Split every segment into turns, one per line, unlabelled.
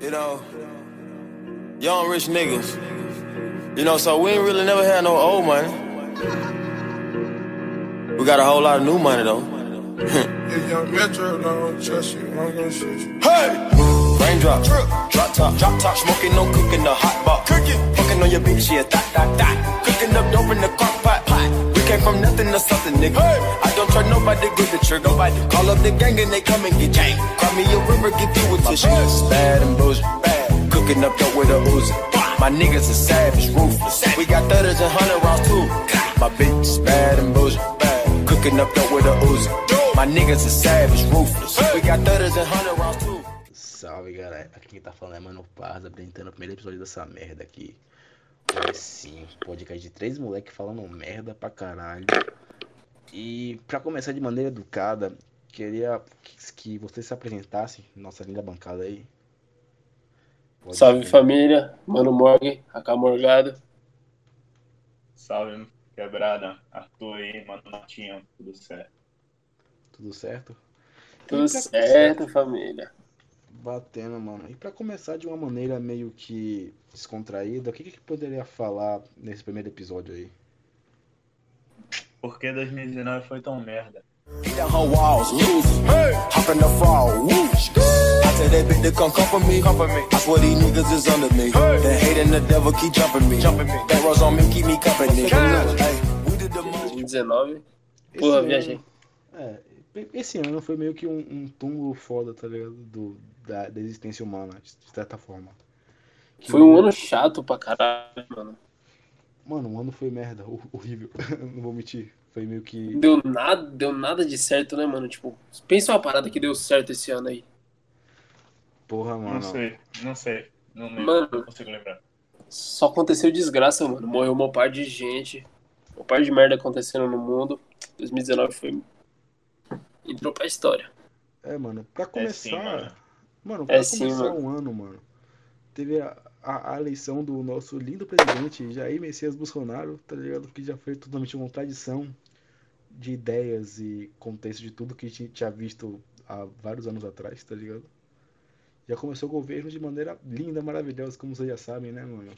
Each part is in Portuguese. You know, young rich niggas. You know, so we ain't really never had no old money. We got a whole lot of new money though.
If young Metro don't trust you, I'm gonna shoot you.
Hey! Raindrop, drip, drop top, drop top, smoking, no cooking, the hot pot, cooking, fucking on your bitch, yeah, that, that, that, cooking up dope in the crock pot, pot. We came from nothing to something, nigga. I don't try nobody, get the trigger, nobody. Call up the gang and they come and get gang. Cry me a river, give you a tissue. Bad and bullshit, bad, cooking up dope with a Uzi. My niggas are savage, ruthless. We got thudders and hundred rounds too. My bitch is bad and bullshit, bad, cooking up dope with a Uzi. My niggas are savage, ruthless. We got thudders and hundred rounds too.
Salve galera, aqui quem tá falando é Mano Parza, apresentando o primeiro episódio dessa merda aqui. Hoje sim, podcast de três moleques falando merda pra caralho. E pra começar de maneira educada, queria que, que vocês se apresentassem, nossa linda bancada aí. Pode-
Salve família, Mano Morgue, Acamorgado.
Salve, quebrada. Arthur aí, mano, Martinho, tudo certo.
Tudo certo?
Tudo
E pra-
certo, família.
Batendo, mano. E pra começar de uma maneira meio que descontraída, o que que poderia falar nesse primeiro episódio aí?
Por que 2019 foi tão merda?
Down her walls, losing. Hey. Hop in the fall, whoosh. I tell that bitch to come comfort me. Comfort me. I swear these niggas is under me. The hate and the devil keep jumping me. Jumping me. That rose on me, keep me company. Hey, we did the most.
2019.
Esse
Porra,
ano-
viajei.
É, esse ano foi meio que um, um túmulo foda, tá ligado? Do, da, da existência humana, de certa forma. Que-
Foi um ano chato pra caralho, mano.
Mano, um ano foi merda, hor- horrível. Não vou mentir. Foi meio que.
Deu nada, deu nada de certo, né, mano? Tipo, pensa uma parada que deu certo esse ano aí.
Porra,
Não,
mano.
sei, não sei. Não lembro,
Mano.
não consigo lembrar.
Só aconteceu desgraça, mano. Morreu uma par de gente. Uma par de merda acontecendo no mundo. 2019 foi. Entrou pra história.
É, mano, pra
É sim,
começar.
mano.
Mano, pra
É sim,
começar
mano.
um ano, mano. Teve a, a, a eleição do nosso lindo presidente, Jair Messias Bolsonaro, tá ligado? Que já foi totalmente uma tradição de ideias e contexto de tudo que a gente tinha visto há vários anos atrás, tá ligado? Já começou o governo de maneira linda, maravilhosa, como vocês já sabem, né, mano?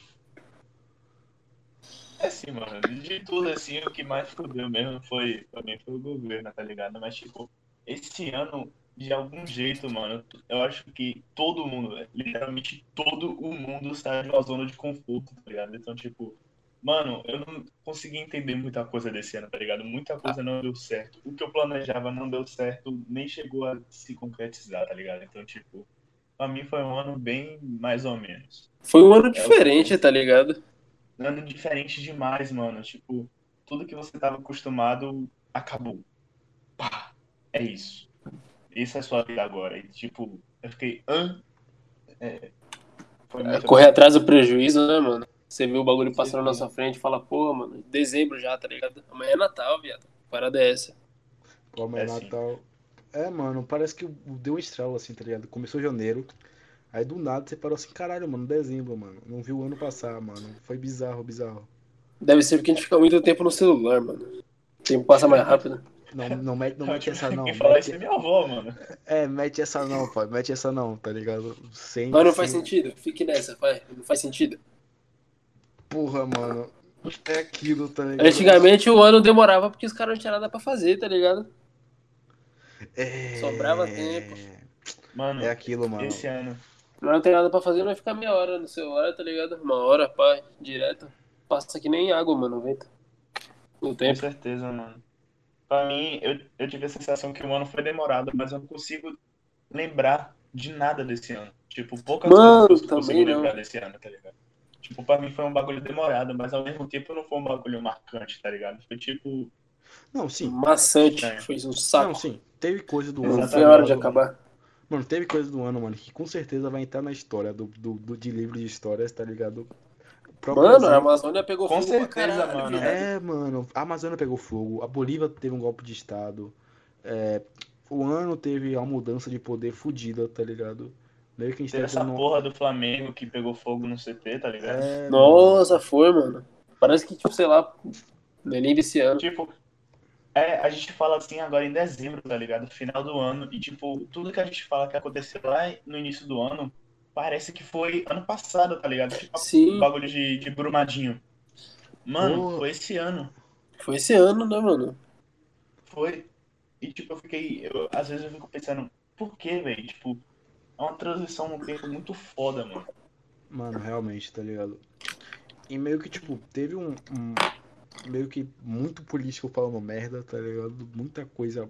É assim, mano. De tudo, assim, o que mais fudeu mesmo foi, pra mim, foi o governo, tá ligado? Mas, tipo, esse ano, de algum jeito, mano, eu acho que todo mundo, velho, literalmente todo o mundo sai de uma zona de conforto, tá ligado? Então, tipo, mano, eu não consegui entender muita coisa desse ano, tá ligado? Muita coisa não deu certo. O que eu planejava não deu certo, nem chegou a se concretizar, tá ligado? Então, tipo, pra mim foi um ano bem mais ou menos
Foi um ano diferente, tá ligado?
ano diferente demais, mano. Tipo, tudo que você tava acostumado acabou. Pá, é isso. Isso é sua vida agora. E, tipo, eu fiquei. Hã? É, foi
É,
muito
correr atrás do prejuízo, né, mano? Você vê o bagulho passando na sua frente e fala, porra, mano, dezembro já, tá ligado? Amanhã é Natal, viado. Parada é essa.
Como
É
é
assim.
Natal. É, mano, parece que deu um estralo assim, tá ligado? Começou janeiro, aí do nada você parou assim, caralho, mano, dezembro, mano. Não viu o ano passar, mano. Foi bizarro, bizarro.
Deve ser porque a gente fica muito tempo no celular, mano. O tempo passa
É,
mais rápido.
Não, não mete, não
A
mete
última
essa não.
que falar isso
mete-
é minha avó, mano.
é, mete essa não, pai. Mete essa não, tá ligado? Sem,
Mas não faz
sem-
sentido. Fique nessa, vai. Não faz sentido.
Porra, mano. É aquilo, tá ligado?
Antigamente o ano demorava porque os caras não tinham nada pra fazer, tá ligado?
É...
sobrava tempo.
Mano,
É aquilo, mano.
esse ano.
Não tem nada pra fazer, vai ficar meia hora no celular, tá ligado? Uma hora, pá, direto. Passa que nem água, mano, o vento. O
Com
tempo.
certeza, mano. Pra mim, eu, eu tive a sensação que o ano foi demorado, mas eu não consigo lembrar de nada desse ano. Tipo, poucas
Mano,
coisas eu consigo
também não.
lembrar desse ano, tá ligado? Tipo, pra mim foi um bagulho demorado, mas ao mesmo tempo não foi um bagulho marcante, tá ligado? Foi tipo,
Não, sim. É.
Maçante.
Estranho.
Fez um saco.
Não, sim. Teve coisa do ano.
Não
Exatamente.
foi a hora de
mano.
acabar.
Mano, teve coisa do ano, mano, que com certeza vai entrar na história do, do, do- de livro de histórias, tá ligado? O próprio
Mano, é a
Brasil-
Amazônia pegou
Com
fogo pra
certeza,
caralho,
mano.
viado.
É, mano, a Amazônia pegou fogo, a Bolívia teve um golpe de estado, é, o ano teve uma mudança de poder fudida, tá ligado? Meio que a gente
teve
tá
essa
tendo-
porra do Flamengo que pegou fogo no CT, tá ligado?
É,
Nossa, foi, mano. Parece que, tipo, sei lá, não é nem desse ano.
Tipo, é, a gente fala assim agora em dezembro, tá ligado? Final do ano. E, tipo, tudo que a gente fala que aconteceu lá no início do ano parece que foi ano passado, tá ligado? Tipo,
Sim.
bagulho de, de Brumadinho. Mano,
Pô.
foi esse ano.
Foi esse ano, né, mano?
Foi. E, tipo, eu fiquei. eu- às vezes eu fico pensando, por que, velho? Tipo, é uma transição no tempo muito foda, mano.
Mano, realmente, tá ligado? E meio que, tipo, teve um, um- Meio que muito político falando merda, tá ligado? Muita coisa.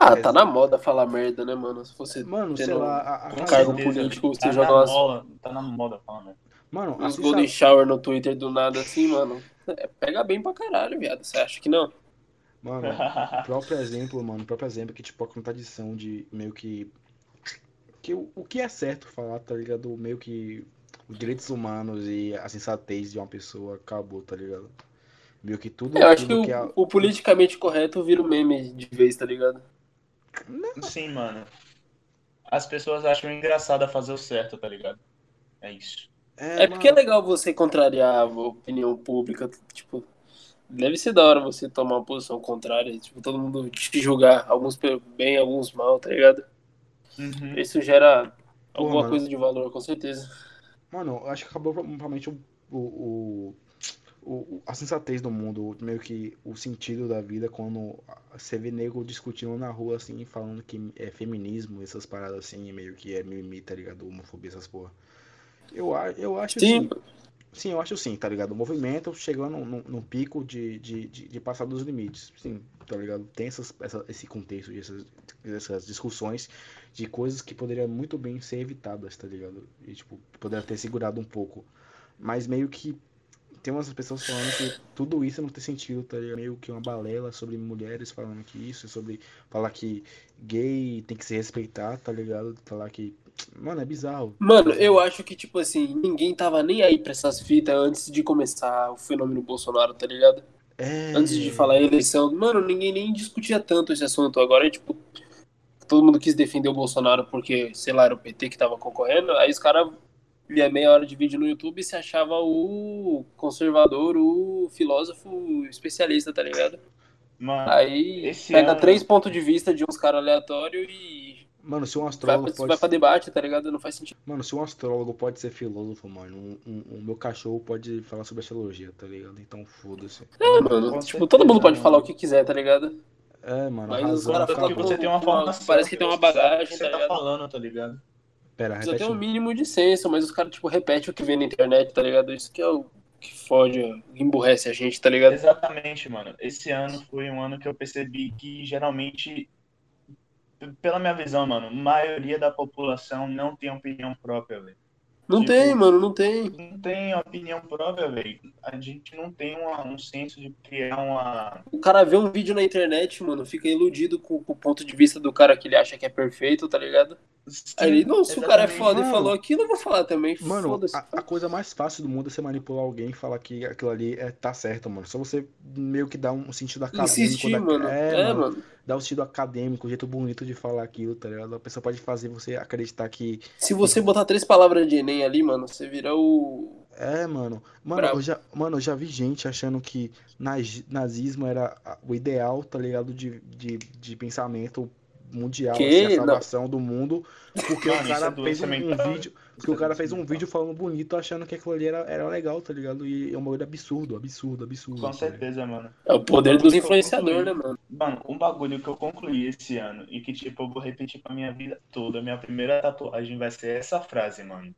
Ah, tá na moda falar merda, né, mano? Se fosse
Mano, sei
tendo
lá. A, a
um
razão-
cargo
certeza,
político, você
tá
joga
na
umas,
moda, tá na moda falando, né?
Mano,
uns
assista,
Golden Shower no Twitter do nada assim, mano. É, pega bem pra caralho, viado. Você acha que não?
mano,
É. né?
próprio exemplo, mano, próprio exemplo que, tipo, a contradição de meio que. que o, o que é certo falar, tá ligado? Meio que os direitos humanos e a sensatez de uma pessoa acabou, tá ligado? Meio que tudo,
É, Eu acho que
tudo
o,
que é a-
o politicamente correto vira um meme de vez, tá ligado?
Sim, mano. As pessoas acham engraçado fazer o certo, tá ligado? É isso.
É porque é
mano,
legal você contrariar a opinião pública, tipo, deve ser da hora você tomar uma posição contrária, tipo, todo mundo te julgar, alguns pelo bem, alguns mal, tá ligado?
Uhum.
Isso gera alguma
Hum. mano.
coisa de valor, com certeza.
Mano, eu acho que acabou realmente o, o, o, o- a sensatez do mundo, meio que o sentido da vida, quando você vê nego discutindo na rua, assim, falando que é feminismo, essas paradas assim, meio que é mimimi, tá ligado? Homofobia, essas porra. Eu, a- eu acho assim.
Sim,
sim, sim, eu acho sim, tá ligado? O movimento chegando num, num pico de, de, de, de passar dos limites, sim, tá ligado? Tem essas, essa- esse contexto, de essas, essas discussões de coisas que poderiam muito bem ser evitadas, tá ligado? E, tipo, poderia ter segurado um pouco. Mas meio que tem umas pessoas falando que tudo isso não tem sentido, tá ligado? Meio que uma balela sobre mulheres falando que isso, sobre falar que gay tem que se respeitar, tá ligado? Falar que. Mano, é bizarro.
Mano, eu acho que, tipo assim, ninguém tava nem aí pra essas fitas antes de começar o fenômeno Bolsonaro, tá ligado?
É...
Antes de falar em eleição, mano, ninguém nem discutia tanto esse assunto. Agora, tipo, todo mundo quis defender o Bolsonaro porque, sei lá, era o PT que tava concorrendo. Aí os caras via meia hora de vídeo no YouTube e se achava o conservador, o filósofo especialista, tá ligado?
Mano,
Aí
Esse
pega
ano-
três pontos de vista de uns caras aleatórios e
Mano, se um
vai,
astrólogo
pra-
pode.
vai pra debate, tá ligado? Não faz sentido.
Mano, se um astrólogo pode ser filósofo, mano, um- um- o meu cachorro pode falar sobre astrologia, tá ligado? Então foda-se.
É, mano,
Com
tipo,
certeza,
todo mundo pode
mano.
falar o que quiser, tá ligado?
É, mano, a
Mas os
razão
caras
tanto que
acabou.
tipo, você tem uma
Acabou.
formação.
Parece que tem uma bagagem,
Você
tá
tá
ligado?
falando, tá ligado?
Pera,
Precisa ter
repete.
um mínimo de senso, mas os caras, tipo, repetem o que vê na internet, tá ligado? Isso que é o que fode, ó, que emburrece a gente, tá ligado?
Exatamente, mano. Esse ano foi um ano que eu percebi que geralmente, p- pela minha visão, mano, a maioria da população não tem opinião própria, velho.
Não
Tipo-
tem, mano, não tem.
Não tem opinião própria, velho. A gente não tem uma- um senso de criar uma.
O cara vê um vídeo na internet, mano, fica iludido com, com o ponto de vista do cara que ele acha que é perfeito, tá ligado? Aí ele, não, se o cara é
Exatamente.
foda e
Mano.
falou aquilo, eu vou falar também.
Mano,
Foda-se.
a, a coisa mais fácil do mundo é você manipular alguém e falar que aquilo ali é, tá certo, mano. Só você meio que dar um sentido acadêmico.
Insistir,
da-
mano.
É, mano.
mano.
Dá um sentido acadêmico, um jeito bonito de falar aquilo, tá ligado? A pessoa pode fazer você acreditar que.
Se você botar três palavras de Enem ali, mano, você vira o.
É, mano. Mano,
Bravo.
eu já, mano, eu já vi gente achando que naz- nazismo era a- o ideal, tá ligado? De, de, de pensamento mundial, assim,
Que?
a
Não.
salvação do mundo. Porque
Mano,
o
isso
cara
é
fez
doença
um, um
mental.
vídeo. Porque o cara fez um
tá.
vídeo falando bonito, achando que aquilo ali era, era legal, tá ligado? E é um bagulho absurdo, absurdo, absurdo.
Com
tá ligado?
certeza, mano.
É o poder dos influenciadores, né, mano?
Mano, um bagulho que eu concluí esse ano e que, tipo, eu vou repetir pra minha vida toda, minha primeira tatuagem vai ser essa frase, mano.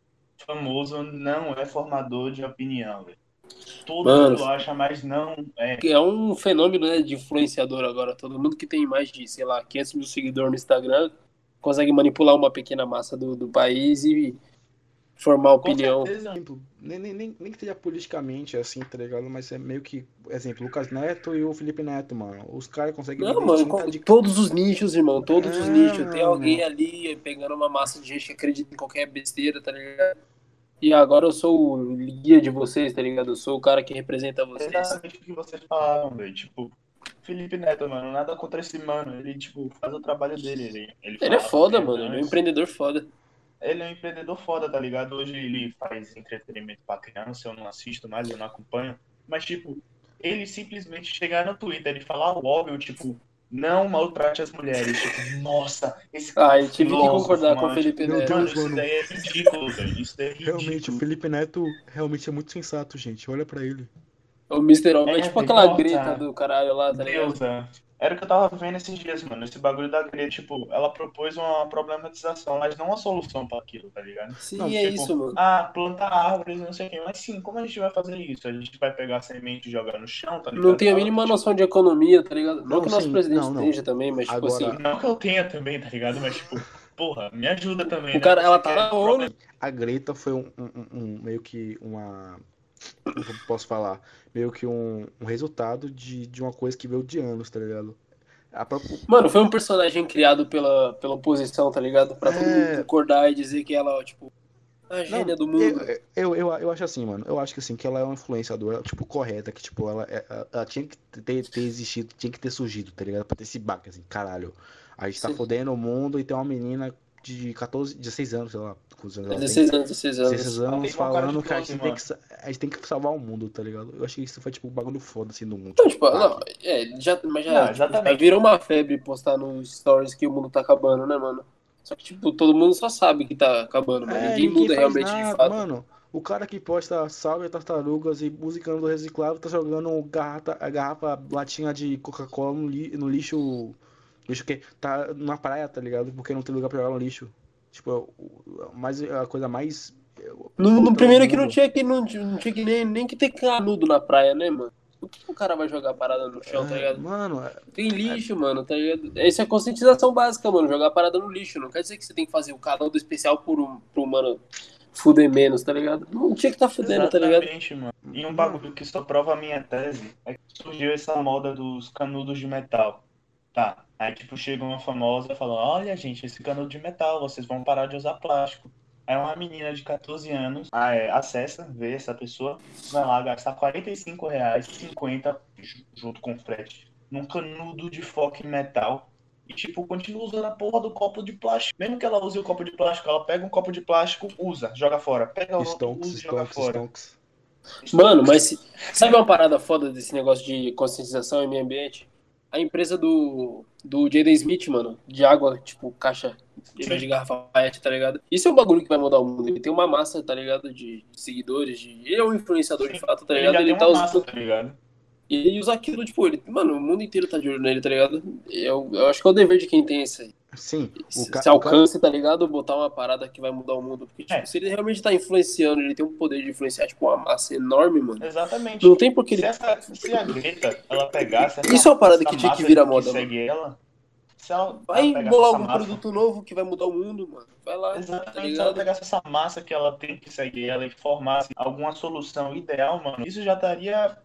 Famoso não é formador de opinião, velho. Todo
Mano.
mundo acha, mas não é.
Que É um fenômeno né, de influenciador agora. Todo mundo que tem mais de, sei lá, 500 mil seguidores no Instagram consegue manipular uma pequena massa do, do país e formar
Com
opinião.
certeza,
exemplo, nem, nem, nem, nem que seja politicamente assim, tá ligado? Mas é meio que, exemplo, o Lucas Neto e o Felipe Neto, mano. Os caras conseguem
Não,
vender
mano,
tinta
co-
Tá de-
todos os nichos, irmão, todos os
Ah,
nichos. Tem
mano.
alguém ali pegando uma massa de gente que acredita em qualquer besteira, tá ligado? E agora eu sou o guia de vocês, tá ligado? Eu sou o cara que representa
É
vocês.
exatamente o que vocês falaram, velho. Tipo, Felipe Neto, mano, nada contra esse mano. Ele, tipo, faz o trabalho dele. Ele, ele,
Ele é
fala,
foda,
ele
mano. Ele é um
dança.
empreendedor foda.
Ele é um empreendedor foda, tá ligado? Hoje ele faz entretenimento pra criança, eu não assisto mais, eu não acompanho. Mas, tipo, ele simplesmente chegar no Twitter e falar o óbvio, tipo, não maltrate as mulheres. Tipo, nossa, esse
Ah, eu tive que
filósofo,
concordar com o
mano.
Felipe
Meu
Neto.
Mano,
Deus,
isso
mano.
daí é ridículo, velho. Isso daí é ridículo.
Realmente, o Felipe Neto realmente é muito sensato, gente. Olha pra ele.
O Mr. Homem é,
É,
tipo
velho,
aquela
nossa.
greta do caralho lá, tá ligado?
Deusa. é. Era o que eu tava vendo esses dias, mano. Esse bagulho da greve, tipo, ela propôs uma problematização, mas não uma solução pra aquilo, tá ligado?
Sim,
Não,
é
tipo,
isso, mano.
Ah, plantar árvores, não sei o quê. Mas sim, como a gente vai fazer isso? A gente vai pegar a semente e jogar no chão, tá ligado?
Não tem a mínima noção de economia, tá ligado? Não,
um Não,
que o nosso
sim,
presidente
não, não.
esteja também, mas tipo
Agora,
assim,
Não que eu tenha também, tá ligado? Mas, tipo, porra, me ajuda também.
o
né?
cara, ela
Você
é,
tá na
quer
ONU.
A Greta foi um, um- um- um- meio que uma. Como que eu posso falar? Meio que um, um resultado de, de uma coisa que veio de anos, tá ligado? A própria-
Mano, foi um personagem criado pela, pela oposição, tá ligado? Pra todo
É.
mundo concordar e dizer que ela, ó, tipo, a gênia né, do mundo.
Eu, eu, eu acho assim, mano. Eu acho que assim, que ela é uma influenciadora, tipo, correta, que, tipo, ela, é- ela- ela tinha que ter, ter existido, tinha que ter surgido, tá ligado? Pra ter esse baque, assim, caralho. A gente tá
Sim.
fodendo o mundo e tem uma menina de 14, 16 anos, sei lá, quantos anos ela tem.
16 anos, 16 anos.
16
Ela
anos
tem uma cara de
falando que a gente
12,
tem que, sa- a gente tem que salvar o mundo, tá ligado? Eu achei que isso foi tipo um bagulho foda assim do mundo.
Não, tipo,
baque.
não, é, já, mas já, tipo,
Não,
tá.
exatamente.
já virou uma febre postar nos stories que o mundo tá acabando, né, mano? Só que, tipo, todo mundo só sabe que tá acabando, mano.
É,
Ninguém muda
faz
realmente de
nada,
fato.
Mano, o cara que posta salve tartarugas e musicando do reciclável tá jogando garrafa, a garrafa latinha de Coca-Cola no, li- no lixo. Lixo que tá na praia, tá ligado? Porque não tem lugar pra jogar no lixo. Tipo, o- mais, a coisa mais.
No, no
Todo
primeiro que não
mundo.
tinha que, não, tinha- não tinha que nem, nem que ter canudo na praia, né, mano? Por que o cara vai jogar parada no chão, tá
É,
ligado?
mano,
Tem lixo, mano, tá ligado? Isso é conscientização básica, mano. Jogar parada no lixo. Não quer dizer que você tem que fazer um canudo especial por um, pro humano fuder menos, tá ligado? Não tinha que tá fudendo, tá ligado?
Exatamente, mano. E um bagulho que só prova a minha tese é que surgiu essa moda dos canudos de metal. Tá. Aí, tipo, chega uma famosa e fala: Olha, gente, esse canudo de metal, vocês vão parar de usar plástico. Aí, É uma menina de 14 anos ah, é, acessa, vê essa pessoa, vai lá gastar R$ 45 reais, 50 ju- junto com o frete, num canudo de foco em metal. E, tipo, continua usando a porra do copo de plástico. Mesmo que ela use o copo de plástico, ela pega um copo de plástico, usa, joga fora. Pega outro,
Stonks,
usa, joga
Stonks,
Então, fora.
Stonks.
Mano, mas se- sabe uma parada foda desse negócio de conscientização e meio ambiente? A empresa do, do Jaden Smith, mano, de água, tipo, caixa de garrafa PET, tá ligado? Isso é um bagulho que vai mudar o mundo. Ele tem uma massa, tá ligado? De, de seguidores, de... ele é um influenciador de fato, tá
Ele
ligado?
já
Ele,
deu
tá
uma
usando.
massa, tá ligado?
E ele usa aquilo, tipo, ele, mano, o mundo inteiro tá de olho nele, tá ligado? Eu, eu acho que é o dever de quem tem esse,
Sim,
esse
ca- cara-
alcance, tá ligado? Botar uma parada que vai mudar o mundo. Porque, tipo,
É.
se ele realmente tá influenciando, ele tem um poder de influenciar, tipo, uma massa enorme, mano.
Exatamente.
Não tem por que
Se,
ele.
essa, se a Greta, ela pegasse essa,
Isso é uma parada
essa
que tinha que
massa
virar
de
moda,
segue ela, se ela ela
Vai
pegasse
bolar
essa
algum
massa-
produto novo que vai mudar o mundo, mano. Vai lá, tá
Exatamente, se ela
ligado?
pegasse essa massa que ela tem que seguir ela e formasse alguma solução ideal, mano, isso já daria.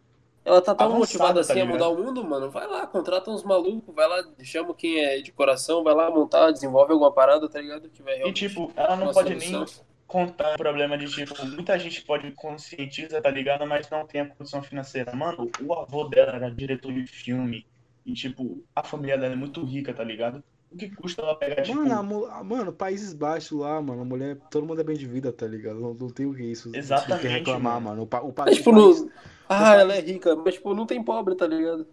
Ela tá tão
Avançado,
motivada
tá
assim a
ligado?
mudar o mundo, mano. Vai lá, contrata uns malucos, vai lá, chama quem é de coração, vai lá montar, desenvolve alguma parada, tá ligado? Que vai
E
realmente
tipo, ela não
uma
pode
solução.
nem contar o problema de tipo, muita gente pode conscientiza, tá ligado? Mas não tem a condição financeira. Mano, o avô dela era diretor de filme. E tipo, a família dela é muito rica, tá ligado? O que custa ela pegar, tipo,
Mano, a mu- a- mano, Países Baixos lá, mano, a mulher, todo mundo é bem de vida, tá ligado? Não, não tem o que isso, o que
Exatamente,
reclamar,
mano.
mano. O, pa- o, pa-
Mas,
o
tipo,
país-
não... Ah, ela é rica, mas, tipo, não tem pobre, tá ligado?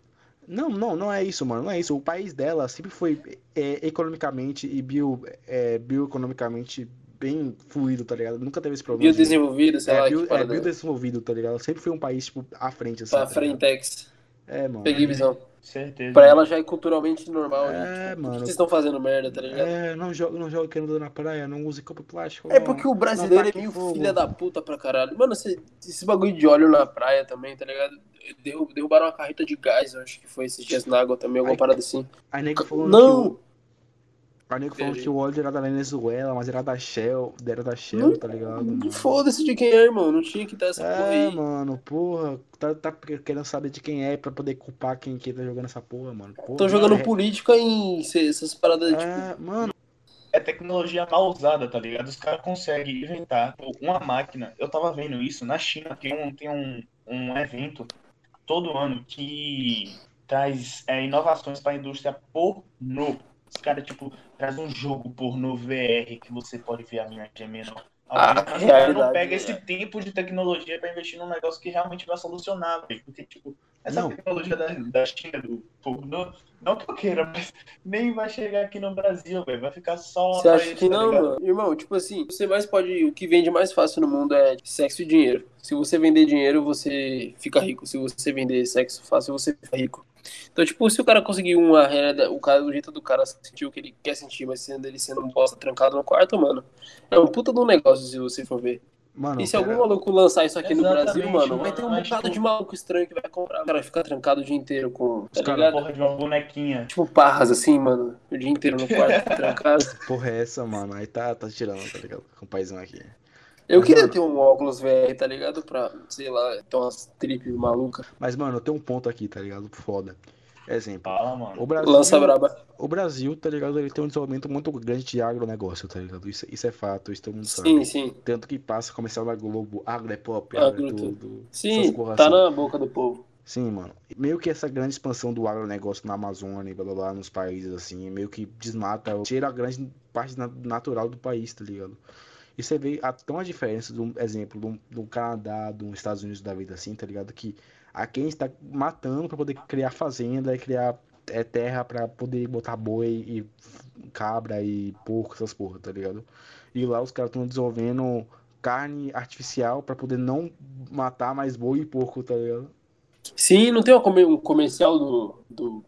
Não, não, não é isso, mano. Não é isso. O país dela sempre foi é, economicamente e bio, é, bioeconomicamente bem fluido, tá ligado? Nunca teve esse problema. de-
Biodesenvolvida, sei
É,
lá,
bio,
que
é,
parada.
biodesenvolvido, tá ligado? Sempre foi um país, tipo, à frente, assim.
Pra
tá ligado?
Frentex.
É, mano.
Peguei
Hum.
visão.
certeza. né?
Pra ela já é culturalmente normal.
É,
né? Tipo, por
mano.
que vocês estão fazendo merda, tá ligado?
É, não joga, não joga canudo na praia, não use copo plástico.
É
não.
porque o brasileiro é
taque
meio
fogo.
filha da puta pra caralho. Mano, esse, esse bagulho de óleo na praia também, tá ligado? Derru- derrubaram uma carreta de gás, eu acho que foi esses dias na água também, alguma
Ai,
parada assim.
A nega falando que
Não,
o, a nega falando
Peraí.
que o óleo era da Venezuela, mas era da Shell, era da Shell,
Não-
tá ligado? mano?
foda-se de quem é, irmão. Não tinha que dar essa porra
É,
aí.
mano, porra, tá, tá querendo saber de quem é pra poder culpar quem que tá jogando essa porra, mano. Porra,
Estão jogando
é,
política em se- essas paradas, tipo,
é, mano,
é tecnologia mal usada, tá ligado? Os caras conseguem inventar pô, uma máquina. Eu tava vendo isso na China, tem um, tem um, um evento todo ano que traz é, inovações pra indústria pornô. Os caras, tipo, trazem um jogo pornô VR que você pode ver a minha menor.
Ah,
Alguém- os caras
realidade,
não pega
né?
esse tempo de tecnologia pra investir num negócio que realmente vai solucionar, velho. Porque, tipo, essa
Não.
tecnologia da, da China, do pornô, não que eu queira, mas nem vai chegar aqui no Brasil, velho. Vai ficar só.
Você
pra
acha
isso,
que
tá
não,
ligado?
mano? Irmão, tipo assim, você mais pode. O que vende mais fácil no mundo é sexo e dinheiro. Se você vender dinheiro, você fica rico. Se você vender sexo fácil, você fica rico. Então, tipo, se o cara conseguir uma renda, o, cara, o jeito do cara sentir o que ele quer sentir, mas sendo ele sendo um bosta trancado no quarto, mano, é um puta de um negócio se você for ver.
Mano,
e se algum
pera-
maluco lançar isso aqui no
Exatamente,
Brasil, mano, vai
mano,
ter um
mas,
bocado
tipo-
de maluco estranho que vai comprar. O cara fica trancado o dia inteiro com. Tá
Os cara,
ligado?
Porra de uma bonequinha.
Tipo parras, assim, mano, o dia inteiro no quarto, trancado.
porra é essa, mano? Aí tá, tá tirando, tá ligado? Com o paizão aqui.
Eu
Mas,
queria
mano-
ter um óculos VR, tá ligado? Pra, sei lá, ter umas tripes malucas.
Mas, mano, tem um ponto aqui, tá ligado? Foda. Exemplo.
Fala,
O
mano.
Brasil,
Lança braba.
o Brasil, tá ligado? Ele tem um desenvolvimento muito grande de agronegócio, tá ligado? Isso, isso é fato, isso todo mundo sabe.
Sim, sim.
Tanto que passa comercial da Globo, agro é pop,
Agro
agro é
é
tudo. essas
Sim,
porra
tá
assim.
na boca do povo.
Sim, mano. Meio que essa grande expansão do agronegócio na Amazônia e blá blá blá nos países, assim, meio que desmata, tira a grande parte na- natural do país, tá ligado? E você vê a, tão a diferença de um exemplo, de um, do Canadá, dos Estados Unidos da vida assim, tá ligado? Que aqui a gente tá matando pra poder criar fazenda e criar é, terra pra poder botar boi e cabra e porco, essas porra, tá ligado? E lá os caras estão desenvolvendo carne artificial pra poder não matar mais boi e porco, tá ligado?
Sim, não tem uma come- um comercial do, do.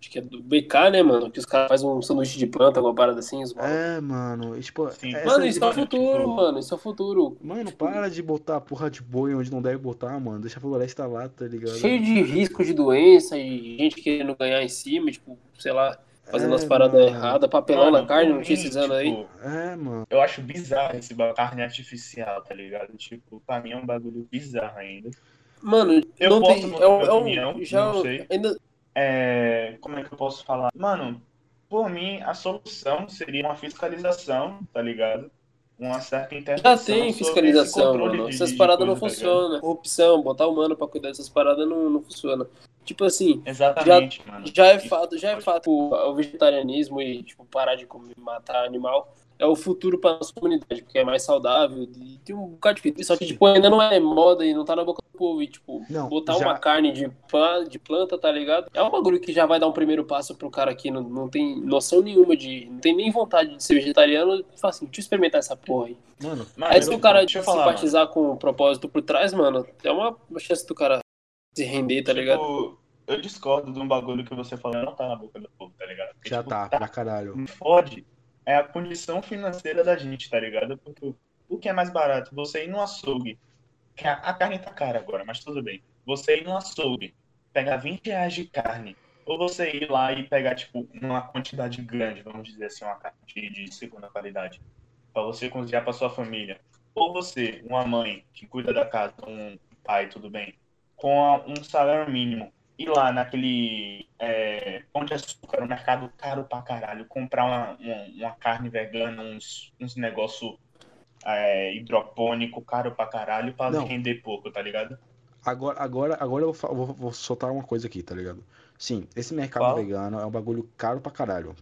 Acho que é do BK, né, mano? Que os caras fazem um sanduíche de planta, uma parada assim. Os malucos.
É, mano, e, tipo,
Sim.
essa-
mano, isso é o
mano,
futuro,
tipo-
mano. Isso é o futuro.
Mano, para de botar a porra de boi onde não deve botar, mano. Deixa a floresta lá, tá ligado?
Cheio de risco de doença e gente querendo ganhar em cima, tipo, sei lá, fazendo
É,
as paradas
mano.
erradas, papelão na
Mano,
carne,
por
não
mim,
tinha esses anos aí.
tipo,
É, mano.
Eu acho bizarro esse ba- carne artificial, tá ligado? Tipo, pra mim é um bagulho bizarro ainda.
Mano,
Eu
não
posso
tem.
mudar
É um,
minha
é um-
opinião,
já,
não sei.
ainda,
É, como é que eu posso falar? Mano, por mim, a solução seria uma fiscalização, tá ligado? Uma certa
Já
intervenção.
tem
sobre Então, esse
Ah, fiscalização,
controle
mano.
de-
Essas
de
paradas não
coisa, tá ligado?
funcionam. Corrupção, botar humano pra cuidar dessas paradas não, não funciona. Tipo assim,
Exatamente, mano.
já é
Isso
fato, já é
pode-
fato. O vegetarianismo e, tipo, parar de comer, matar animal é o futuro pra nossa comunidade, porque é mais saudável e tem um bocado de fita. Só que, tipo, ainda não é moda e não tá na boca do povo. E, tipo,
Não,
botar
já-
uma carne de, pla- de planta, tá ligado? É um bagulho que já vai dar um primeiro passo pro cara que não, não tem noção nenhuma de. Não tem nem vontade de ser vegetariano. e Fala assim, deixa eu experimentar essa porra aí.
Mano,
Mano,
Aí se o é cara
deixa eu falar, mano.
simpatizar com o propósito por trás, mano, é uma chance do cara se render, tá ligado?
Tipo, eu discordo de um bagulho que você falou, não tá na boca do povo, tá ligado? Porque,
já
tipo,
tá, pra caralho.
me fode é a condição financeira da gente, tá ligado? Porque o- o que é mais barato? Você ir no açougue, que a, a carne tá cara agora, mas tudo bem. Você ir no açougue, pegar 20 reais de carne, ou você ir lá e pegar, tipo, uma quantidade grande, vamos dizer assim, uma carne de, de segunda qualidade, pra você cozinhar pra sua família. Ou você, uma mãe que cuida da casa, um pai, tudo bem, com a- um salário mínimo, ir lá naquele é, pão de açúcar, um mercado caro pra caralho, comprar uma, uma, uma carne vegana, uns, uns negócio é, hidropônico caro pra caralho pra
Não.
render pouco, tá ligado?
Agora, agora, agora eu vou, fa- vou- vou soltar uma coisa aqui, tá ligado? Sim, esse mercado
Fala.
vegano é um bagulho caro pra caralho.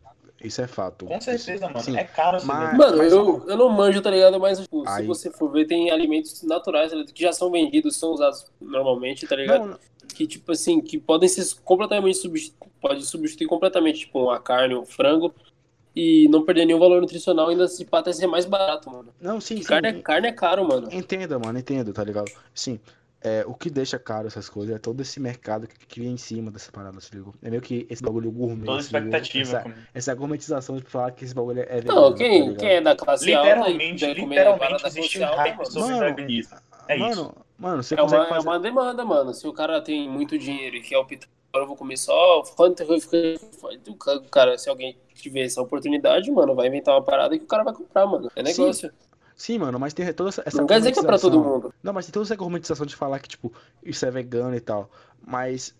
Isso é fato.
Com certeza, mano.
Sim.
É caro ser
Mas-
vegano.
Mano,
mas-
eu, eu não manjo, tá ligado? Mas tipo, se
Aí-
você for ver, tem alimentos naturais tá ligado? que já são vendidos, são usados normalmente, tá ligado?
Não, não,
Que tipo assim, que podem ser completamente substituídos, pode substituir completamente, tipo, uma carne, um frango, e não perder nenhum valor nutricional, ainda se pá até ser mais barato, mano.
não, sim, sim.
Carne, é- carne é caro, mano.
Entenda, mano, entendo, tá ligado? Sim, é, o que deixa caro essas coisas é todo esse mercado que cria em cima dessa parada, se ligou? É meio que esse bagulho gourmet,
Toda
se ligou?
expectativa.
Essa, essa gourmetização de falar que esse bagulho é vegano,
Não,
tá
quem,
ligado?
quem é da classe alta e
Literalmente,
deve comer
literalmente
parada
existe um
social,
hype
mano.
sobre
Mano,
veganismo. É
mano,
isso.
mano, você
É uma,
consegue
é
fazer...
uma demanda, mano. Se o cara tem muito dinheiro e quer optar, agora eu vou comer só. Quanto eu vou ficar. Cara, se alguém tiver essa oportunidade, mano, vai inventar uma parada que o cara vai comprar, mano. É
Sim,
negócio.
Sim, mano, mas tem toda essa, essa
não quer dizer que é pra todo
gourmetização.
mundo.
Não, mas tem toda essa gourmetização de falar que, tipo, isso é vegano e tal. Mas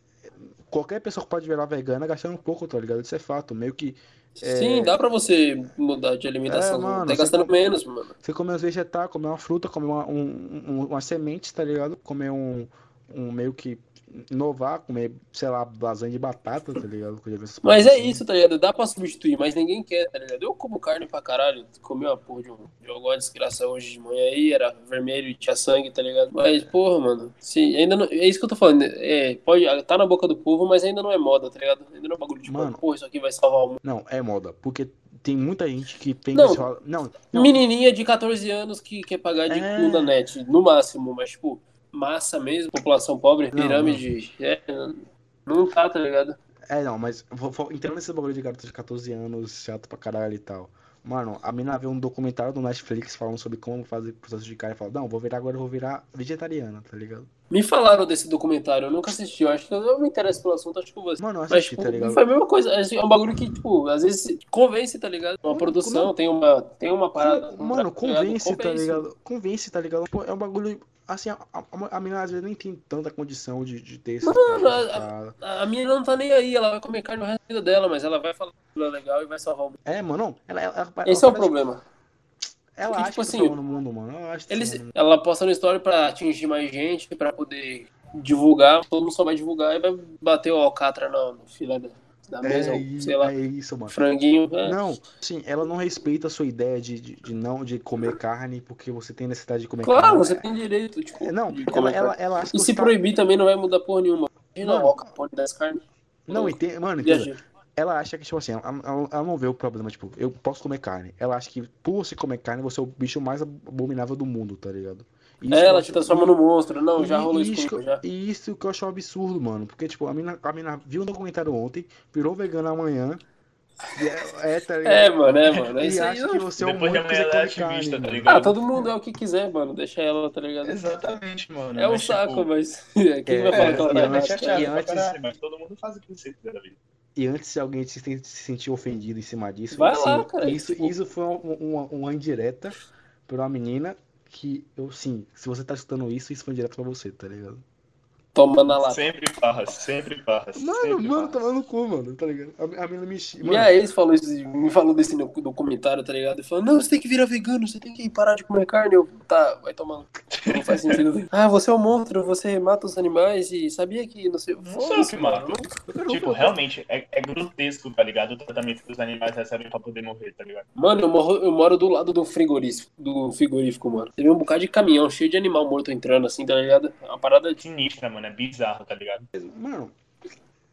qualquer pessoa que pode virar vegana gastando um pouco, tá ligado? Isso é fato. Meio que É.
Sim, dá pra você mudar de alimentação.
É, mano,
tá
você
gastando
come-
menos, mano.
você comer uns tá vegetais, comer uma fruta, comer uma, um, um, uma semente, tá ligado? Comer um, um meio que inovar, comer, sei lá, lasanha de batata, tá ligado? Que eu já vi essas
Mas
paradas
é
assim.
isso, tá ligado? Dá pra substituir, mas ninguém quer, tá ligado? Eu como carne pra caralho, comi uma porra de um jogo uma desgraça hoje de manhã aí, era vermelho e tinha sangue, tá ligado? Mas, porra, mano, sim, ainda não. É isso que eu tô falando. É, pode, tá na boca do povo, mas ainda não é moda, tá ligado? Ainda não é um bagulho de tipo,
Mano.
porra, isso aqui vai salvar o mundo.
Não, é moda, porque tem muita gente que tem
Não.
esse rola- Não, não,
Menininha de 14 anos que quer pagar de
É.
cu na net, no máximo, mas, tipo, massa mesmo, população pobre,
Não,
pirâmide, é, não tá, tá ligado?
É, não, mas vou- vou- entrando nesse bagulho de garota de 14 anos, chato pra caralho e tal. Mano, a mina vê um documentário do Netflix falando sobre como fazer processo de carne e fala, não, vou virar agora, eu vou virar vegetariana, tá ligado?
Me falaram desse documentário, eu nunca assisti. Eu acho que eu me interesso pelo assunto, acho que eu vou assistir.
Mano, eu
Mas,
assisti,
tipo,
tá ligado?
foi a mesma coisa. É um bagulho que, tipo, às vezes convence, tá ligado? Uma produção, tem uma, tem uma parada.
Con- Mano,
tá ligado?
convence, tá ligado? Convence, tá ligado? Pô, é um bagulho. Assim, a, a, a mina às vezes nem tem tanta condição de, de ter esse.
Mano,
essa-
A a menina não tá nem aí, ela vai comer carne o resto da vida dela, mas ela vai falar que é legal e vai salvar o mundo.
É, mano, não. Ela, ela, ela
Esse é o
parece-
problema.
Ela
que,
acha
tipo
que tá
assim,
salvando o mundo, mano. Ela acha que tá
Eles,
salvando o mundo.
ela posta no story pra atingir mais gente, pra poder divulgar, todo mundo só vai divulgar e vai bater o alcatra no, no filé da, da mesa,
É,
ou,
isso-
sei lá,
é isso, mano.
franguinho. é.
Não, sim, ela não respeita a sua ideia de, de, de não de comer carne porque você tem necessidade de comer
Claro,
carne.
você tem direito, tipo,
É, Não,
de
ela,
comer
ela, ela acha que
E
você
se
tá-
proibir também não vai mudar porra nenhuma. Imagina
Mano.
o Al Capone das carnes.
Não, entende, mano, entenda.
Viajei.
Ela acha que, tipo assim, ela, ela- ela não vê o problema, tipo, eu posso comer carne. Ela acha que por você comer carne, você é o bicho mais abominável do mundo, tá ligado? E isso
É,
eu
ela
acho-
te transforma no monstro. Não,
e-
já rolou
e
isso
isso, que eu-
comigo, já.
E isso que eu acho um absurdo, mano. Porque, tipo, a mina, a mina viu um documentário ontem, virou vegana amanhã. e é, é, tá ligado?
É, mano, é, mano. É
e
isso aí.
acha que você é um
Depois de
único que
amanhã
você
ela é
come carne,
ativista, tá
mano.
ligado?
Ah, todo mundo é o que quiser, mano. Deixa ela, tá ligado?
Exatamente, mano.
É um
mas, tipo,
saco, mas. Quem
é,
vai falar que ela
e
tá
antes-
é, mas é
errada, tá
e
chateado pra
antes-
caralho, mas todo mundo faz o que você quiser da vida.
E antes, se alguém se sen- se sentir ofendido em cima disso,
Vai
assim,
lá, cara,
isso,
tipo-
isso foi um- um- uma, uma indireta pra uma menina que eu, sim, se você tá escutando isso, isso foi direto pra você, tá ligado?
Tomando a lata.
Sempre farras, sempre farras.
Mano,
sempre
mano,
farras.
tomando cu, mano, tá ligado? A, a menina me xinga.
Minha ex falou isso, me falou desse no- documentário, tá ligado? E falou, não, você tem que virar vegano, você tem que parar de comer carne. Eu, tá, vai tomando. Não faz sentido. ah, você é um monstro, você mata os animais e sabia que não sei.
sou eu que
mano,
mato.
não
Mano,
Tipo, realmente, é, é grotesco, tá ligado? O tratamento que os animais recebem pra poder morrer, tá ligado?
Mano, eu moro, eu moro do lado do frigorífico, do frigorífico, mano. Você vê um bocado de caminhão cheio de animal morto entrando assim, tá ligado? É Uma parada de...
Sinistra, mano, é bizarro, tá ligado?
Mano,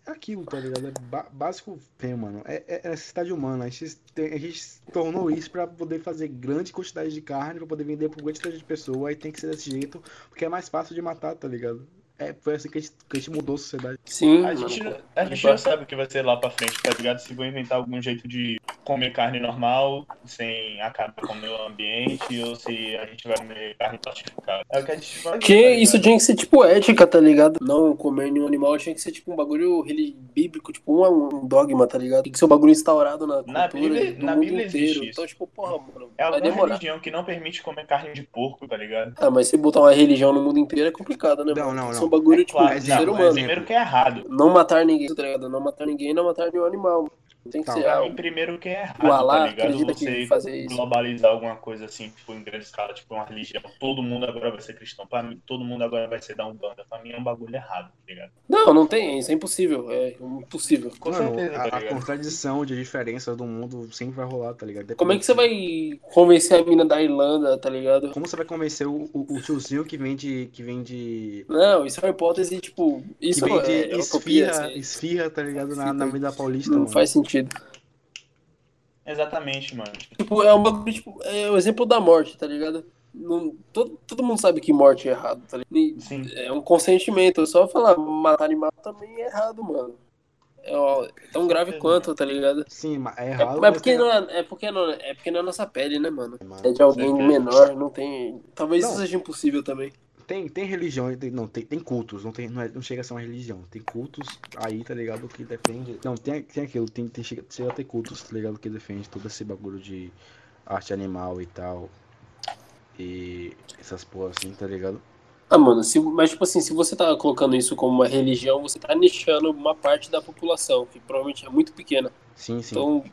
é aquilo, tá ligado? É ba- básico bem, mano. É, é- é necessidade humana. A gente, tem- a gente se tornou isso pra poder fazer grande quantidade de carne, pra poder vender pra um grande quantidade de pessoa. Aí tem que ser desse jeito, porque é mais fácil de matar, tá ligado? É, foi assim que a gente, que a gente mudou a sociedade.
Sim,
A
mano.
gente, a gente já sabe o que vai ser lá pra frente, tá ligado? Se vão inventar algum jeito de comer carne normal, sem acabar com o meio ambiente, ou se a gente vai comer carne plastificada. É o que a gente vai ver,
Que
tá
isso
ligado?
tinha que ser tipo ética, tá ligado? Não comer nenhum animal tinha que ser tipo um bagulho reli- bíblico, tipo um, um dogma, tá ligado? Tem que ser um bagulho instaurado na cultura
Na Bíblia-
do
na
mundo
Bíblia
inteiro.
existe isso.
Então, tipo, porra, mano,
É
vai
alguma
demorar.
religião que não permite comer carne de porco, tá ligado?
Ah, mas se botar uma religião no mundo inteiro é complicado, né,
Não,
mano?
não,
Tem que
não.
ser um bagulho,
É
tipo,
claro,
de
não,
ser
mas
humano.
primeiro que é errado.
Não matar ninguém, tá ligado? Não matar ninguém e não matar nenhum animal. Tem que
Tá,
ser
pra
algo.
E primeiro que é errado,
O Alá
tá ligado?
acredita que
Você
fazer isso.
globalizar alguma coisa assim, tipo, em grande escala, tipo uma religião. Todo mundo agora vai ser cristão. Pra mim, todo mundo agora vai ser da Umbanda. Pra mim é um bagulho errado, tá ligado?
Não, não tem, isso é impossível. É impossível.
Com
Mano,
certeza,
a,
tá
a
ligado?
contradição de diferenças do mundo sempre vai rolar, tá ligado?
Como é que você vai convencer a mina da Irlanda, tá ligado?
Como você vai convencer o, o, o tiozinho que vende, que vende,
Não, isso é uma hipótese, tipo,
que
isso
vende
é, é utopia,
esfirra,
assim,
esfirra, tá ligado? Na, na Avenida Paulista,
não
mano.
faz sentido.
Exatamente, mano.
Tipo, é um bagulho, tipo, é o exemplo da morte, tá ligado? Não, todo, todo mundo sabe que morte é errado, tá ligado? E
Sim.
É um consentimento, só falar matar animal também é errado, mano. É, ó, é tão grave quanto, tá ligado?
Sim, mas é
É,
errado.
mas
mas
porque
tem-
não é, é porque não é porque não é nossa pele, né, mano?
mano.
É de alguém
certeza.
menor, não tem. Talvez isso
Não.
seja impossível também.
Tem, tem religião, tem- não, tem, tem cultos, não, tem, não, é- não chega a ser uma religião. Tem cultos aí, tá ligado, que defende. Não, tem, tem aquilo, tem, tem, chega, chega a ter cultos, tá ligado, que defende todo esse bagulho de arte animal e tal. E essas porra assim, tá ligado?
Ah, mano, se, mas tipo assim, se você tá colocando isso como uma religião, você tá nichando uma parte da população, que provavelmente é muito pequena.
Sim, sim.
Então,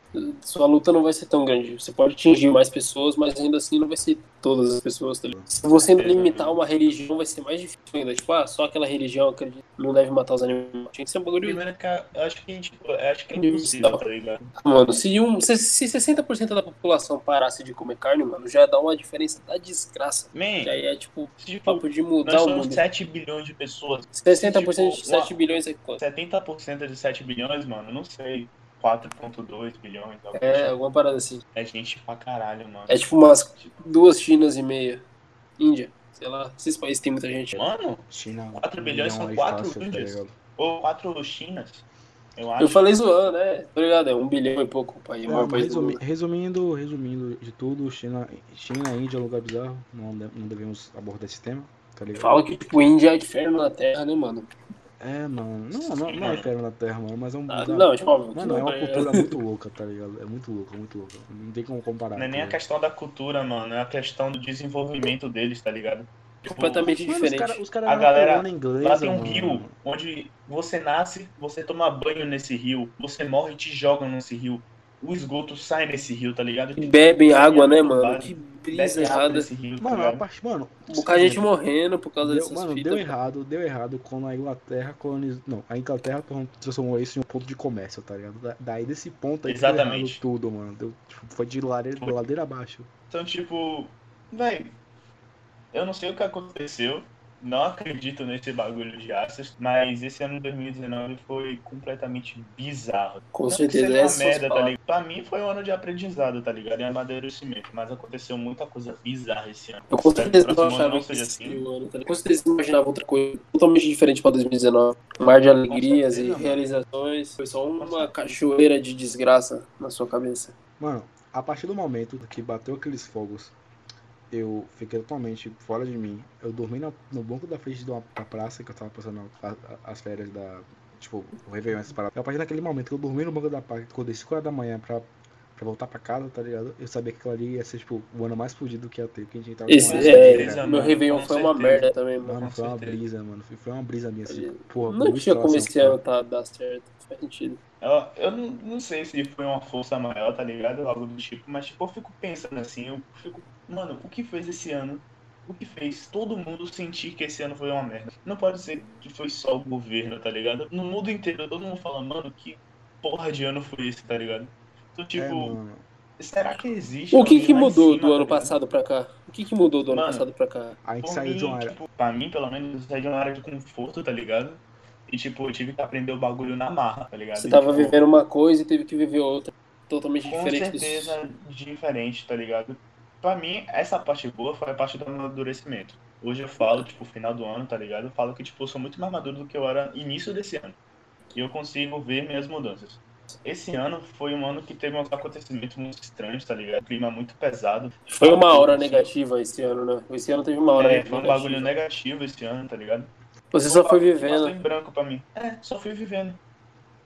sua luta não vai ser tão grande. Você pode atingir mais pessoas, mas ainda assim não vai ser todas as pessoas. Tá ligado? Se você limitar uma religião, vai ser mais difícil ainda. Tipo, ah, só aquela religião acredita, não deve matar os animais. Tinha que ser um bagulho.
Primeiro que a- eu acho que, tipo, eu acho que é impossível, tá ligado?
Mano, se, um, se, se 60% da população parasse de comer carne, mano, já dá uma diferença da desgraça.
Man,
Já é tipo,
tipo,
papo de
nós
mudar o
somos
mundo.
7 bilhões de pessoas.
60% de
tipo,
7 bilhões é quanto?
70% de 7 bilhões, mano, não sei. 4.2 bilhões, algo
É,
assim.
alguma parada assim.
é gente pra caralho, mano.
É tipo umas duas Chinas e meia. Índia, sei lá. Esses países tem muita gente.
Mano,
China. é um
Quatro bilhões
milhão
são
aí
quatro
fácil, tá
índios.
ligado?
ou 4 Chinas, eu acho.
Eu falei zoando, né? Tá ligado? É um bilhão e pouco o país. o
Não,
maior país do
resumi-
mundo.
resumindo, resumindo de tudo, China, China, Índia é um lugar bizarro. Não, de- não devemos abordar esse tema, tá ligado?
Fala que, tipo, Índia é inferno na Terra, né, mano?
É, mano. Não, não,
Sim,
não é
mano.
inferno na Terra, mano, mas é um.
Ah,
lugar-
não, tipo, óbvio.
Mano, é uma
é-
cultura muito louca, tá ligado? É muito louca, muito louca. Não tem como comparar.
Não é nem a
tá ligado?
questão da cultura, mano, é a questão do desenvolvimento deles, tá ligado? Tipo,
completamente
Mano,
diferente.
Os caras cara
A
eram
galera-
colônia inglesa,
Lá tem um
mano.
rio onde você nasce, você toma banho nesse rio, você morre e te jogam nesse rio. O esgoto sai nesse rio, tá ligado?
Que Bebem água, né, mano?
Vale.
Que brisa
Desce água
errada.
nesse rio, tá
Mano, a
ligado?
é parte. Mano.
Um bocado de gente morrendo por causa
Deu,
dessas
né? mano,
fitas.
deu errado, deu errado quando a Inglaterra colonizou. Não, a Inglaterra tornou- transformou isso em um ponto de comércio, tá ligado? Da- daí desse ponto aí deu errado
Exatamente.
tudo, mano. Deu, tipo, foi de ladeira,
Foi.
ladeira abaixo.
Então, tipo, velho, eu não sei o que aconteceu, não acredito nesse bagulho de Astros, mas esse ano de 2019 foi completamente bizarro.
Com
Não que
certeza,
seja uma
essas são as
merda, tá
palavras.
ligado? Pra mim foi um ano de aprendizado, tá ligado? E amadurecimento, mas aconteceu muita coisa bizarra esse ano.
Eu com
Espero que
certeza
o
não
próximo ano
achava
não
que
seja
esse
assim.
ano, tá ligado? Com certeza eu imaginava outra coisa totalmente diferente pra 2019. Um mar de alegrias
certeza,
e
mano.
realizações. Foi só
Com
uma
certeza.
cachoeira de desgraça na sua cabeça.
Mano, a partir do momento que bateu aqueles fogos, eu fiquei totalmente fora de mim. Eu dormi na- no banco da frente de uma, da praça que eu tava passando a- a- as férias da. Tipo, o Réveillon, essas paradas. A partir daquele momento que eu dormi no banco da praça, acordei 5 horas da manhã pra, pra voltar pra casa, tá ligado? Eu sabia que aquilo ali ia ser, tipo, o ano mais fudido que ia ter, porque a gente tava com
Esse,
uma-
é,
certeza,
meu
mano,
Réveillon
com
foi uma
certeza.
merda também, mano.
Mano,
Com
foi uma
certeza.
brisa, mano. Foi, foi uma brisa minha assim.
Olha,
Porra,
Não
muito
tinha como
próximo,
esse ano tá, dar certo. Faz sentido.
Eu, eu não, não sei se foi uma força maior, tá ligado? Algo do tipo, mas tipo, eu fico pensando assim, eu fico, mano, o que fez esse ano? O que fez todo mundo sentir que esse ano foi uma merda? Não pode ser que foi só o governo, tá ligado? No mundo inteiro, todo mundo fala, mano, que porra de ano foi esse, tá ligado? Então,
É,
tipo,
mano.
será que existe?
O que
alguém
que
lá em
mudou
cima,
do
tá
ano
ligado?
passado pra cá? O que que mudou do ano
Mano,
passado pra cá?
A gente
Por
saiu
mim,
de uma área.
tipo, pra mim, pelo menos, eu saí de uma área de conforto, tá ligado? E, tipo, eu tive que aprender o bagulho na marra, tá ligado?
Você
E,
tava
tipo,
vivendo uma coisa e teve que viver outra. Totalmente
Com
diferente dos-
certeza diferente, tá ligado? Pra mim, essa parte boa foi a parte do amadurecimento. Hoje eu falo, tipo, final do ano, tá ligado? Eu falo que, tipo, eu sou muito mais maduro do que eu era início desse ano. E eu consigo ver minhas mudanças. Esse ano foi um ano que teve uns acontecimentos muito estranhos, tá ligado? Clima muito pesado.
Foi uma hora negativa esse ano, né? Esse ano teve uma hora
É, foi
negativa.
um bagulho negativo esse ano, tá ligado?
Você só foi
Passou
vivendo.
em branco pra mim. É, só fui vivendo.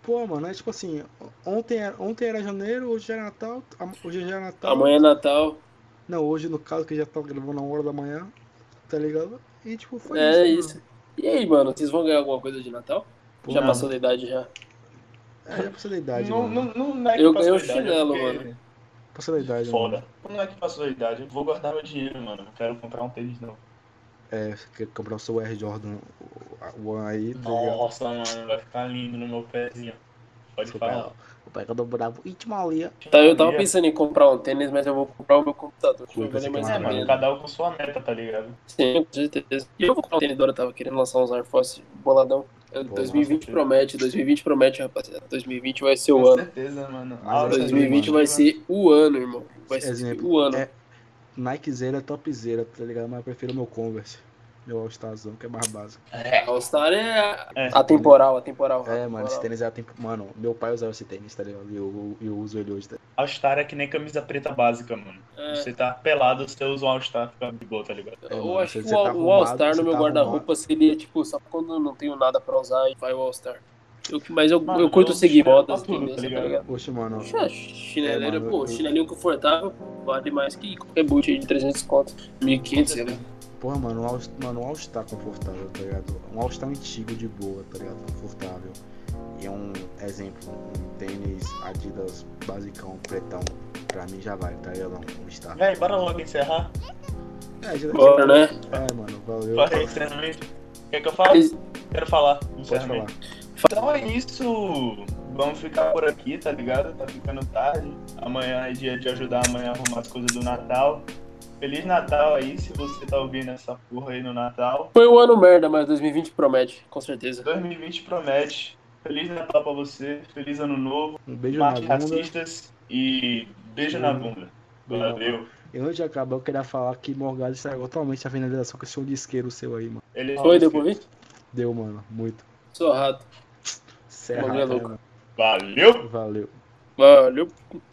Pô, mano, é tipo assim, ontem era, ontem era janeiro, hoje era Natal, am- hoje já é Natal.
Amanhã é Natal.
Não, hoje no caso que já tava gravando a uma hora da manhã, tá ligado? E tipo, foi
É
mano.
isso. E aí, mano, vocês vão ganhar alguma coisa de Natal?
Pô,
já
mano,
passou da idade já.
É, já passou da idade,
não,
mano.
não, não, não é que
Eu
passou
ganhei o
a idade, é
chinelo,
porque-
mano.
Passou da idade,
Foda.
mano.
Como é que passou a idade? Eu vou guardar meu dinheiro, mano. Não quero comprar um tênis, não.
É, você quer comprar o seu Air Jordan o- a- o One aí, tá ligado?
Nossa, mano, vai ficar lindo no meu pezinho. Pode
Você tá-
falar.
vai- O pai do bravo, íntimo ali, é ó.
Tá, eu tava pensando em comprar um tênis, mas eu vou comprar o meu computador. Deixa eu
Puta,
ver
você
mais
quer
É,
a
uma
mano,
merda.
cada um com sua meta, tá ligado?
Sim, com certeza. E eu vou comprar um tênis, eu tava querendo lançar uns Air Force boladão. É, Eu-
Pô,
2020
massa,
promete, 2020 promete, rapaziada. 2020 vai ser o
Com
ano.
certeza, mano.
Mas
Ah,
é isso aí,
2020 vai ser o ano, irmão. Vai ser
Exemplo,
o ano.
é Nikezeira, topzera, tá ligado? Mas eu prefiro meu Converse. Meu All Starzão, que é mais básico.
A All-Star é
É.
atemporal, atemporal.
É, mano, esse
atemporal.
tênis é tempo. Mano, meu pai usava esse tênis, tá ligado? E eu, eu uso ele hoje. Tá?
All-Star é que nem camisa preta básica, mano.
É.
Você tá pelado, você usa um All-Star, fica de boa, tá ligado?
É,
eu
mano,
acho
você-
que
você
o,
tá
o All-Star
arrumado,
no meu
você tá
guarda-roupa seria, tipo, só quando eu não tenho nada pra usar e vai o All-Star. Eu- mas eu,
Mano,
eu curto
eu
seguir
chinelo
modas,
pra tudo,
tendência,
tá
tá ligado?
ligado?
Poxa, mano.
Ah, Chineleira,
É, mano,
pô,
eu-
chinelinho confortável vale mais que qualquer boot aí de 300 conto, 1.500, sei lá.
Porra, mano, um All, mano, um All Star confortável, tá ligado? Um All Star antigo de boa, tá ligado? Confortável. E peguei um exemplo, um tênis Adidas basicão, pretão, pra mim já vale, tá ligado? Um Star.
Véi, bora logo encerrar.
É, já
Bora, né?
É, mano, valeu.
Bora, encerramento. Quer que eu fale? Quero falar.
Pode falar.
Encerramento. Então é isso. Vamos ficar por aqui, tá ligado? Tá ficando tarde. Amanhã é dia de ajudar amanhã a arrumar as coisas do Natal. Feliz Natal aí, se você tá ouvindo essa porra aí no Natal.
Foi um ano merda, mas 2020 promete, com certeza.
2020 promete. Feliz Natal pra você, feliz ano novo.
Um beijo na
Mate
bunda.
racistas e beijo na bunda. Valeu.
E antes de acabar, eu queria falar que Morgado estragou totalmente a finalização com esse olho isqueiro seu aí, mano.
Ele é
Foi, deu pra ouvir?
Deu, mano, muito.
Sou rato.
Serra,
Bagulho é louco.
né, mano.
Valeu!
Valeu.
Valeu.